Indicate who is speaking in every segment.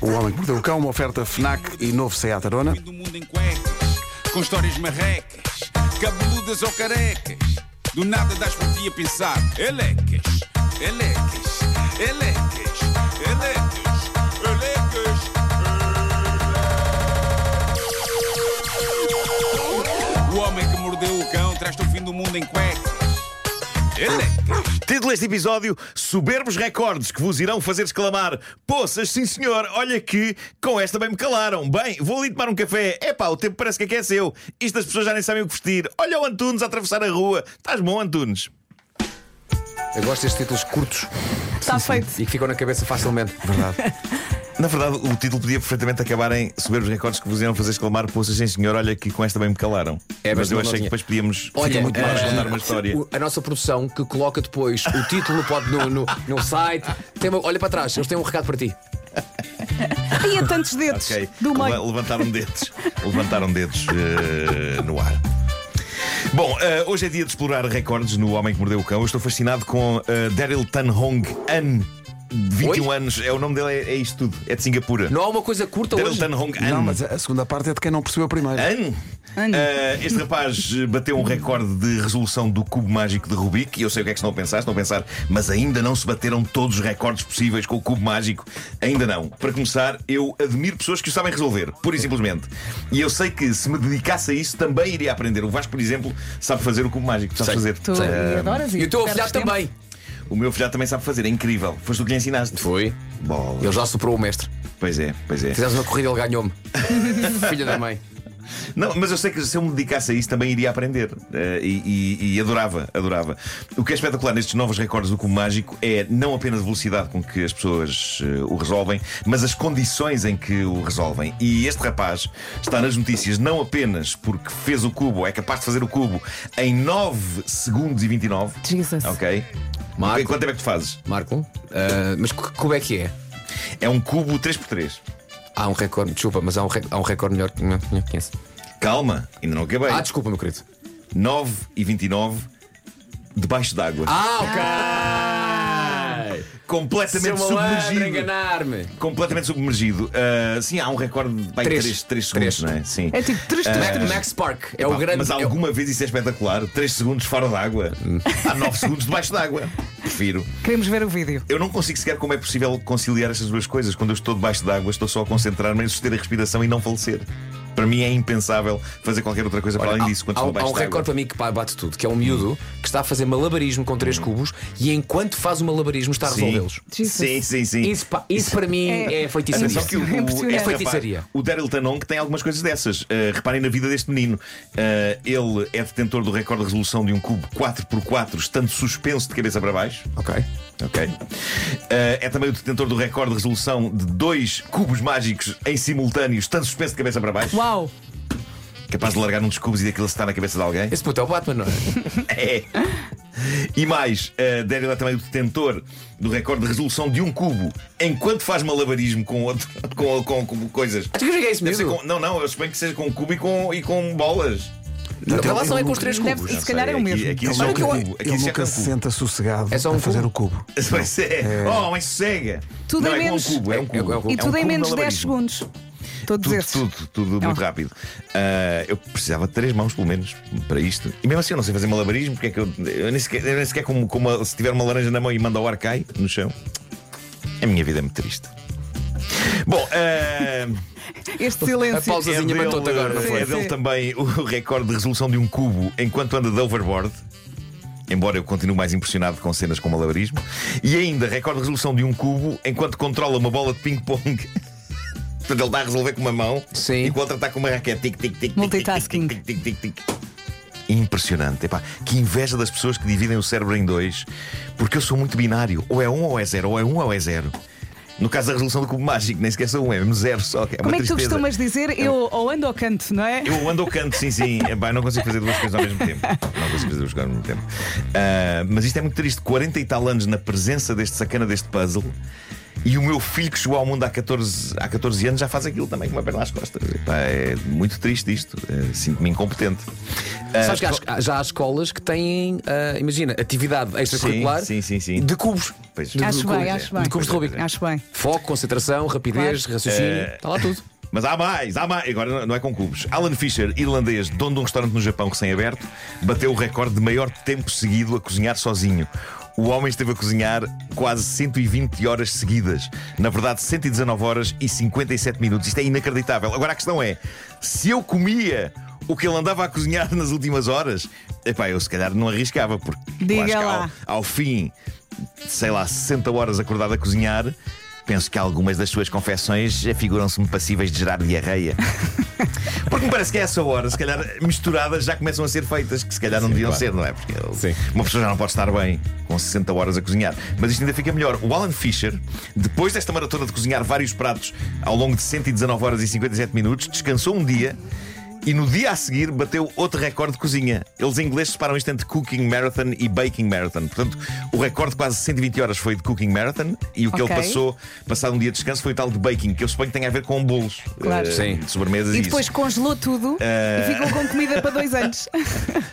Speaker 1: O Homem que Mordeu o Cão, uma oferta FNAC e novo Seat Arona.
Speaker 2: do mundo em cuecas, com histórias marrecas, cabeludas ou carecas. Do nada das por ti a pensar, elecas, elecas, elecas, elecas, elecas. O homem que mordeu o cão traz-te o fim do mundo em cuecas. Elecas.
Speaker 3: Título deste episódio: Soberbos recordes que vos irão fazer exclamar: Poças, sim senhor, olha que com esta bem me calaram. Bem, vou ali tomar um café. Epá, o tempo parece que aqueceu. Isto as pessoas já nem sabem o que vestir. Olha o Antunes a atravessar a rua. Estás bom, Antunes?
Speaker 4: Eu gosto destes títulos curtos
Speaker 5: Está feito.
Speaker 4: e que ficam na cabeça facilmente. Verdade.
Speaker 3: Na verdade, o título podia perfeitamente acabar em Soberbos recordes que vos irão fazer exclamar: Poças, sim senhor, olha que com esta bem me calaram.
Speaker 4: É, mas
Speaker 3: mas eu
Speaker 4: não,
Speaker 3: achei
Speaker 4: não
Speaker 3: que
Speaker 4: tinha.
Speaker 3: depois podíamos
Speaker 4: Olha,
Speaker 3: Fica muito mais
Speaker 4: eh,
Speaker 3: contar uma história.
Speaker 4: o- a nossa produção que coloca depois o título no, pod- no, no, no site. Tem uma- olha para trás, eles têm um recado para ti.
Speaker 5: E a tantos dedos
Speaker 3: Ok. é
Speaker 5: do
Speaker 3: Le-
Speaker 5: meio.
Speaker 3: Levantaram dedos. levantaram dedos eh, no ar. Bom, eh, hoje é dia de explorar recordes no Homem que Mordeu o Cão. Eu estou fascinado com eh, Daryl Tan Hong An, de 21 anos. É, o nome dele é, é isto tudo. É de Singapura.
Speaker 4: Não há uma coisa curta
Speaker 3: Daryl
Speaker 4: hoje.
Speaker 3: um Tan Hong An.
Speaker 1: Não, mas a a segunda parte é de quem não percebeu a primeira.
Speaker 3: An? Ah, este rapaz eh, bateu um recorde de resolução do cubo mágico de Rubik e eu sei o que é que estão a pensar, estão a pensar, mas ainda não se bateram todos os recordes possíveis com o cubo mágico. Ainda não. Para começar, eu admiro pessoas que o sabem resolver, pura e simplesmente. E eu sei que se me dedicasse a isso também iria aprender. O Vasco, por exemplo, sabe fazer o cubo mágico. Tu sabes fazer. Eh,
Speaker 5: Tu e assim, adoras
Speaker 4: E o teu
Speaker 5: perdes
Speaker 4: afilhado
Speaker 5: tempo.
Speaker 4: também.
Speaker 3: O meu filhado também sabe fazer, é incrível. Foste tu que lhe ensinaste.
Speaker 4: Foi.
Speaker 3: Bola.
Speaker 4: Ele já superou o mestre.
Speaker 3: Pois é, pois é.
Speaker 4: Fizemos uma corrida, ele ganhou-me. Filha da mãe.
Speaker 3: Não, mas eu sei que se eu me dedicasse a isso também iria aprender. Eh, e, e- e adorava, adorava. O que é espetacular nestes novos recordes do cubo mágico é não apenas a velocidade com que as pessoas eh, o resolvem, mas as condições em que o resolvem. E este rapaz está nas notícias não apenas porque fez o cubo, ou é capaz de fazer o cubo em 9 segundos e 29.
Speaker 5: Jesus.
Speaker 3: Ok?
Speaker 4: Marco.
Speaker 3: Em Quanto tempo é que tu fazes?
Speaker 4: Marco, ah, mas c- como é que é?
Speaker 3: É um cubo 3x3.
Speaker 4: Há um recorde, desculpa, mas há um, re- há um recorde melhor que não, não conheço.
Speaker 3: Calma, ainda não acabei.
Speaker 4: Ah, desculpa, meu querido.
Speaker 3: 9 e 29 debaixo d'água.
Speaker 4: Ah, ok!
Speaker 3: completamente
Speaker 4: Seu malandro,
Speaker 3: submergido.
Speaker 4: enganar-me.
Speaker 3: Completamente submergido. Ah, sim, há um recorde de bem,
Speaker 4: Três.
Speaker 3: 3, 3
Speaker 4: Três.
Speaker 3: segundos, não é? Sim.
Speaker 5: É tipo três, três,
Speaker 4: Max,
Speaker 5: três.
Speaker 4: Max Park é
Speaker 3: Pá,
Speaker 4: o grande.
Speaker 3: Mas
Speaker 4: é o-
Speaker 3: alguma vez isso é espetacular? 3 segundos fora d'água. Há 9 segundos debaixo d'água. Prefiro.
Speaker 5: Queremos ver o vídeo.
Speaker 3: Eu não consigo sequer como é possível conciliar estas duas coisas. Quando eu estou debaixo d'água, estou só a concentrar-me em suster a respiração e não falecer. Para mim é impensável fazer qualquer outra coisa para além
Speaker 4: Há-
Speaker 3: disso. Quando
Speaker 4: há,
Speaker 3: estou
Speaker 4: um- há
Speaker 3: debaixo
Speaker 4: um
Speaker 3: d'água.
Speaker 4: recorde para mim que pá, bate tudo, que é um miúdo que está a fazer malabarismo com três cubos e enquanto faz o malabarismo está a resolvê-los.
Speaker 3: Sim, sim, sim. sim.
Speaker 4: Isso, pá, isso para mim
Speaker 5: É-
Speaker 4: é, feitiçaria.
Speaker 3: Atenção que o,
Speaker 5: É impressionante.
Speaker 3: este
Speaker 4: É feitiçaria.
Speaker 3: rapaz, o Daryl Tanon que tem algumas coisas dessas. Uh, reparem na vida deste menino. Uh, ele é detentor do recorde de resolução de um cubo 4x4, estando suspenso de cabeça para baixo.
Speaker 4: Ok.
Speaker 3: Ok. Uh, é também o detentor do recorde de resolução de dois cubos mágicos em simultâneo, estando suspenso de cabeça para baixo.
Speaker 5: Uau!
Speaker 3: Capaz de largar um dos cubos e daquilo está na cabeça de alguém.
Speaker 4: Esse puto é o Batman, não é?
Speaker 3: É. E mais, uh, Daryl é também o detentor do recorde de resolução de um cubo enquanto faz malabarismo com outro, com, com, com coisas.
Speaker 4: Acho que eu joguei esse
Speaker 3: Deve ser
Speaker 4: miúdo.
Speaker 3: com- não, não, eu suponho que seja com cubo e com, e com bolas.
Speaker 4: Não,
Speaker 1: Ele-
Speaker 4: relação é
Speaker 1: ele
Speaker 4: com os três
Speaker 5: nunca-
Speaker 4: cubos.
Speaker 5: deve-
Speaker 3: Não
Speaker 5: se calhar
Speaker 3: sei,
Speaker 5: é o
Speaker 3: aqui-
Speaker 5: mesmo.
Speaker 3: Aqui
Speaker 5: Ele
Speaker 3: isso é um
Speaker 4: nunca-
Speaker 3: cubo. Aqui
Speaker 1: Ele
Speaker 3: isso é
Speaker 1: nunca
Speaker 3: um
Speaker 1: se
Speaker 3: cubo.
Speaker 1: senta sossegado
Speaker 4: É só um
Speaker 1: a fazer
Speaker 4: cubo.
Speaker 1: o cubo.
Speaker 3: Pois é. Oh, mas sossega.
Speaker 5: Tudo
Speaker 3: não,
Speaker 5: em
Speaker 3: é
Speaker 5: menos-
Speaker 3: com um cubo, é um
Speaker 4: é- é
Speaker 3: cubo.
Speaker 4: um cubo.
Speaker 5: E
Speaker 3: É um
Speaker 5: tudo em
Speaker 3: cubo
Speaker 5: menos
Speaker 3: de
Speaker 5: 10
Speaker 3: alabarismo.
Speaker 5: segundos. Todos
Speaker 3: Tudo,
Speaker 5: esses.
Speaker 3: tudo, tudo muito rápido. Ah, eu precisava de três mãos, pelo menos, para isto. E mesmo assim, eu não sei fazer malabarismo, porque é que eu, eu nem sequer, eu nem sequer como, como a- se tiver uma laranja na mão e manda ao ar cai no chão. A minha vida é muito triste. Bom, ah,
Speaker 5: Este
Speaker 4: A
Speaker 5: silêncio.
Speaker 4: pausazinha matou-te agora, não
Speaker 3: é
Speaker 4: foi?
Speaker 5: Sim,
Speaker 3: dele
Speaker 5: sim.
Speaker 3: também o recorde de resolução de um cubo enquanto anda de overboard. Embora eu continue mais impressionado com cenas com malabarismo. E ainda, recorde de resolução de um cubo enquanto controla uma bola de ping-pong. Portanto, ele está a resolver com uma mão
Speaker 4: Sim.
Speaker 3: e com a outra está com uma raquete. Tic, tic, tic, tic, tic,
Speaker 5: Multitasking.
Speaker 3: Tic, tic, tic, tic, tic. Impressionante. Epá, que inveja das pessoas que dividem o cérebro em dois. Porque eu sou muito binário. Ou é um ou é zero. Ou é um ou é zero. No caso da resolução do cubo mágico, nem sequer sou um, é mesmo zero só. que É uma
Speaker 5: Como é que tu
Speaker 3: tristeza. um
Speaker 5: costumas dizer? Eu ou ando ou canto, não é?
Speaker 3: Eu ando ao canto, sim, sim. Epá, eu não consigo fazer duas coisas ao mesmo tempo. Não consigo fazer duas coisas ao mesmo tempo. Ah, mas isto é muito triste. 40 e tal anos na presença deste sacana deste puzzle. E o meu filho que chegou ao mundo há 14, há 14 anos já faz aquilo também com uma perna às costas. Epá, é muito triste isto. Eh, Sinto-me incompetente. Ah,
Speaker 4: Sabes que há es- há- já há escolas que têm, ah, imagina, atividade extracurricular
Speaker 3: sim, sim, sim.
Speaker 4: de cubos.
Speaker 3: Pois.
Speaker 4: De- de
Speaker 5: Acho
Speaker 4: cubos.
Speaker 5: bem, acho bem.
Speaker 4: De cubos de Rubik.
Speaker 5: Acho bem.
Speaker 4: Foco, concentração, rapidez,
Speaker 3: Eh,
Speaker 4: raciocínio. Está lá tudo.
Speaker 3: Mas há mais, há mais. Agora não é com cubos. Alan Fisher, irlandês, dono de um restaurante no Japão recém-aberto, bateu o recorde de maior tempo seguido a cozinhar sozinho. O homem esteve a cozinhar quase 120 horas seguidas. Na verdade, 119 horas e 57 minutos. Isto é inacreditável. Agora a questão é: se eu comia o que ele andava a cozinhar nas últimas horas, epá, eu se calhar não arriscava, porque eu
Speaker 5: Diga
Speaker 3: acho que
Speaker 5: lá.
Speaker 3: Ao, ao fim sei lá, 60 horas acordado a cozinhar, penso que algumas das suas confecções afiguram-se-me passíveis de gerar diarreia. Porque me parece que é a essa hora, se calhar misturadas já começam a ser feitas, que se calhar não deviam
Speaker 4: claro.
Speaker 3: ser, não é? Porque eu-
Speaker 4: Sim.
Speaker 3: uma pessoa já não pode estar bem com 60 horas a cozinhar. Mas isto ainda fica melhor. O Alan Fisher, depois desta maratona de cozinhar vários pratos ao longo de 119 horas e 57 minutos, descansou um dia. E no dia a seguir bateu outro recorde de cozinha. Eles em inglês separam isto entre Cooking Marathon e Baking Marathon. Portanto, o recorde de quase 120 horas foi de Cooking Marathon e o que
Speaker 5: Ok.
Speaker 3: ele passou, passado um dia de descanso, foi o tal de Baking, que eu suponho que tem a ver com bolos.
Speaker 5: Claro.
Speaker 3: eh,
Speaker 4: Sim.
Speaker 3: De sobremesas e,
Speaker 5: E
Speaker 3: isso.
Speaker 5: depois congelou tudo
Speaker 3: É.
Speaker 5: e ficou com comida para dois anos.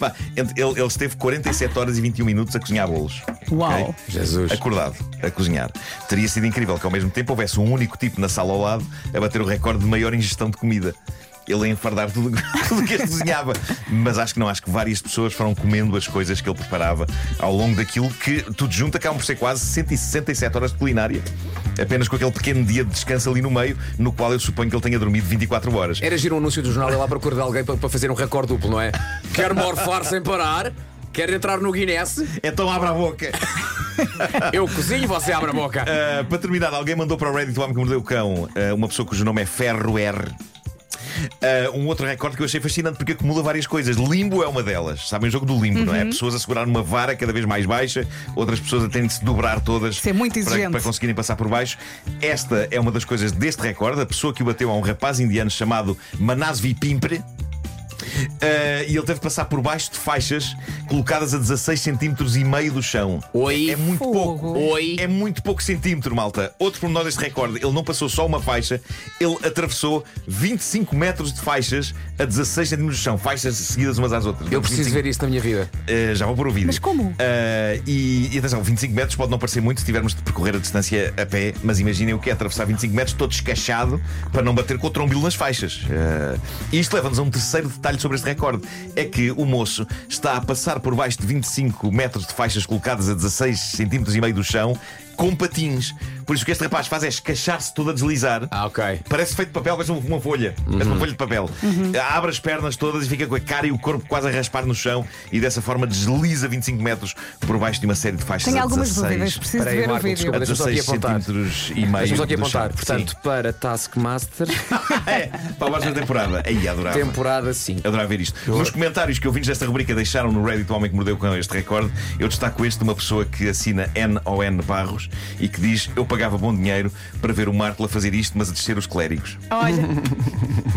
Speaker 3: Pá, ent- ele, ele esteve 47 horas e 21 minutos a cozinhar bolos.
Speaker 5: Uau.
Speaker 3: Ok?
Speaker 4: Jesus.
Speaker 3: Acordado, a cozinhar. Teria sido incrível que ao mesmo tempo houvesse um único tipo na sala ao lado a bater o recorde de maior ingestão de comida. Ele a enfardar tudo tudo que este cozinhava. Mas acho que não, acho que várias pessoas foram comendo as coisas que ele preparava ao longo daquilo que tudo junto acabam por ser quase 167 horas de culinária. Apenas com aquele pequeno dia de descanso ali no meio, no qual eu suponho que ele tenha dormido 24 horas.
Speaker 4: Era giro um anúncio do jornal e lá à procura de alguém para, para fazer um recorde duplo, não é? Quer morfar sem parar, quer entrar no Guinness,
Speaker 3: Então abra a boca!
Speaker 4: eu cozinho, você abre a boca.
Speaker 3: Uh, para terminar, alguém mandou para o Reddit o homem que mordeu o cão, uh, uma pessoa cujo nome é Ferro R. Uh, um outro recorde que eu achei fascinante porque acumula várias coisas. Limbo é uma delas. Sabem o jogo do limbo,
Speaker 5: Uhum.
Speaker 3: não é? Pessoas a segurar uma vara cada vez mais baixa, outras pessoas a terem de se dobrar todas
Speaker 5: Isso é muito
Speaker 3: para-
Speaker 5: exigente.
Speaker 3: para conseguirem passar por baixo. Esta é uma das coisas deste recorde. A pessoa que o bateu é um rapaz indiano chamado Manasvi Pimpre. Uh, e ele teve de passar por baixo de faixas colocadas a 16 centímetros e meio do chão.
Speaker 4: Oi.
Speaker 3: É muito
Speaker 5: Fogo.
Speaker 3: pouco.
Speaker 4: Oi.
Speaker 3: É muito pouco centímetro, malta. Outro pormenor deste recorde, ele não passou só uma faixa, ele atravessou 25 metros de faixas a 16 centímetros do chão. Faixas seguidas umas às outras.
Speaker 4: Eu preciso ver isso na minha vida.
Speaker 3: Uh, já vou pôr o vídeo.
Speaker 5: Mas como?
Speaker 3: Uh, e, e atenção, 25 metros pode não parecer muito se tivermos de percorrer a distância a pé, mas imaginem o que é atravessar 25 metros todo escachado para não bater com o trombilo nas faixas. Uh, e isto leva-nos a um terceiro detalhe sobre este recorde: é que o moço está a passar por baixo de 25 metros de faixas colocadas a 16 centímetros e meio do chão com patins. Por isso o que este rapaz faz é escachar-se todo a deslizar.
Speaker 4: Ah, ok.
Speaker 3: Parece feito de papel, mas uma- uma folha. Parece uma folha de papel.
Speaker 5: Uhum.
Speaker 3: Abre as pernas todas e fica com a cara e o corpo quase a raspar no chão e dessa forma desliza 25 metros por baixo de uma série de faixas.
Speaker 5: Tenho
Speaker 3: a
Speaker 5: algumas
Speaker 3: 16,
Speaker 5: dúvidas, preciso
Speaker 4: Espera aí,
Speaker 5: ver o
Speaker 4: Marco,
Speaker 5: vídeo.
Speaker 3: A
Speaker 4: desculpa. Deixa-me só aqui
Speaker 3: 16
Speaker 4: apontar.
Speaker 3: centímetros e meio.
Speaker 4: Deixa-me só aqui
Speaker 3: do
Speaker 4: apontar.
Speaker 3: chão.
Speaker 4: Portanto, para Taskmaster,
Speaker 3: Sim. é, para a próxima temporada. Aí adorava.
Speaker 4: temporada 5.
Speaker 3: Adorava ver isto. Nos comentários que ouvintes desta rubrica deixaram no Reddit o homem que mordeu o cão este recorde, eu destaco este de uma pessoa que assina N.O.N. Barros e que diz: Eu pagava bom dinheiro para ver o Martel a fazer isto, mas a descer os clérigos.
Speaker 5: Olha,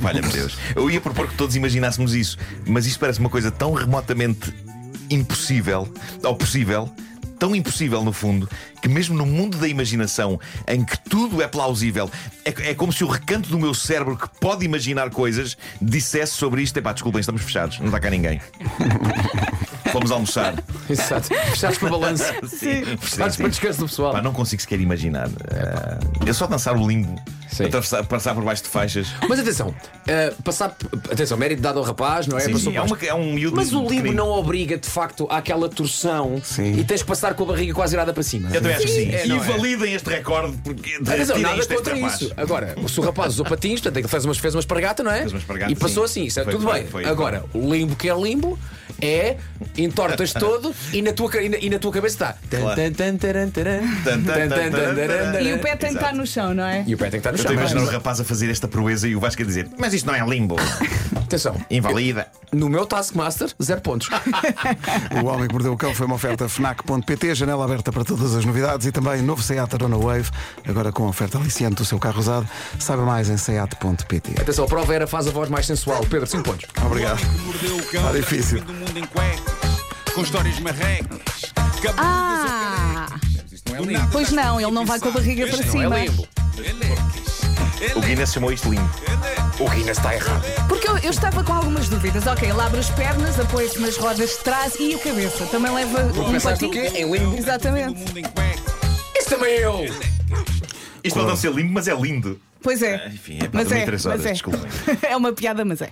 Speaker 3: Valha-me Deus. Eu ia propor que todos imaginássemos isso, mas isso parece uma coisa tão remotamente impossível, ou possível, tão impossível no fundo, que mesmo no mundo da imaginação, em que tudo é plausível, é, é como se o recanto do meu cérebro que pode imaginar coisas dissesse sobre isto: epá, desculpem, estamos fechados, não está cá ninguém. Vamos almoçar.
Speaker 4: Exato. Fechados para balanço.
Speaker 3: Sim,
Speaker 4: Fechados para descanso do pessoal.
Speaker 3: Pá, não consigo sequer imaginar. Ah, eu só dançar o limbo,
Speaker 4: Sim.
Speaker 3: atravessar- passar por baixo de faixas.
Speaker 4: Mas atenção, eh, passar. p- Atenção, mérito dado ao rapaz, não é?
Speaker 3: Sim,
Speaker 4: Passou
Speaker 3: sim, é,
Speaker 4: por-
Speaker 3: uma, é um miúdo
Speaker 4: Mas o limbo
Speaker 3: pequenino.
Speaker 4: não obriga, de facto, àquela torção
Speaker 1: Sim.
Speaker 4: e tens que passar com a barriga quase virada para cima.
Speaker 3: Eu também acho que sim.
Speaker 4: É,
Speaker 3: e
Speaker 4: não é?
Speaker 3: validem este recorde porque
Speaker 4: Atenção,
Speaker 3: retirem
Speaker 4: nada
Speaker 3: isto a É, este
Speaker 4: contra
Speaker 3: rapaz.
Speaker 4: isso. Agora, se o rapaz usou patins, portanto, ele fez uma, fez uma espargata, não é?
Speaker 3: Fez uma espargata,
Speaker 4: e passou
Speaker 3: sim.
Speaker 4: assim, isso é
Speaker 3: Foi-
Speaker 4: tudo
Speaker 3: foi-
Speaker 4: bem.
Speaker 3: foi-
Speaker 4: Agora, o limbo que é limbo é entortas todo e na tua, ca- e na, e na tua cabeça está.
Speaker 3: Claro.
Speaker 4: Tan, tan, taran, taran.
Speaker 3: Tan, tan,
Speaker 4: Tan, tan,
Speaker 3: tan,
Speaker 4: taran,
Speaker 3: taran.
Speaker 4: taran.
Speaker 5: e o pé tem que estar no chão, não é?
Speaker 4: E o pé tem que estar no
Speaker 3: Eu estou a
Speaker 4: chão.
Speaker 3: imaginar o
Speaker 4: mas-
Speaker 3: rapaz a fazer esta proeza e o Vasco a dizer: Mas isto não é limbo,
Speaker 4: Atenção,
Speaker 3: invalida.
Speaker 4: no meu Taskmaster, zero pontos.
Speaker 1: O Homem que Mordeu o Cão foi uma oferta FNAC.pt, janela aberta para todas as novidades e também novo Seat Arona Wave, agora com a oferta aliciante do seu carro usado. Saiba mais em seat.pt.
Speaker 4: Atenção, a prova era faz a voz mais sensual. Pedro, 5 pontos.
Speaker 1: Obrigado.
Speaker 2: O homem que mordeu o cão
Speaker 1: Tá difícil.
Speaker 2: do mundo em cuecas, com histórias marrecas, cabeludas ou
Speaker 5: Ah!
Speaker 2: carecas. Isto não é
Speaker 4: é
Speaker 2: do
Speaker 4: limpo.
Speaker 2: nada
Speaker 5: Pois
Speaker 2: das
Speaker 5: não,
Speaker 2: frutas
Speaker 5: ele não
Speaker 2: e
Speaker 5: vai com a
Speaker 2: pensar,
Speaker 5: barriga
Speaker 2: este
Speaker 5: para
Speaker 2: não é
Speaker 5: cima.
Speaker 4: É limbo.
Speaker 2: Eleques,
Speaker 3: O
Speaker 2: eleques,
Speaker 3: Guinness chamou isto lindo.
Speaker 2: eleques.
Speaker 4: O Guinness está errado.
Speaker 5: Porque eu, eu estava com algumas dúvidas. Ok, ele abre as pernas, apoia-se nas rodas de trás e a cabeça. Também leva um
Speaker 4: pensaste
Speaker 5: patinho.
Speaker 4: o quê? Em limbo?
Speaker 2: É Todo
Speaker 5: Exatamente.
Speaker 2: mundo em cuecas.
Speaker 4: Isso também é eu.
Speaker 3: Isto pode não ser lindo, mas é lindo.
Speaker 5: Pois é.
Speaker 3: Enfim, é pá,
Speaker 5: Mas
Speaker 3: também
Speaker 5: é,
Speaker 3: três
Speaker 5: mas
Speaker 3: horas,
Speaker 5: é.
Speaker 3: desculpem.
Speaker 5: É uma piada, mas é.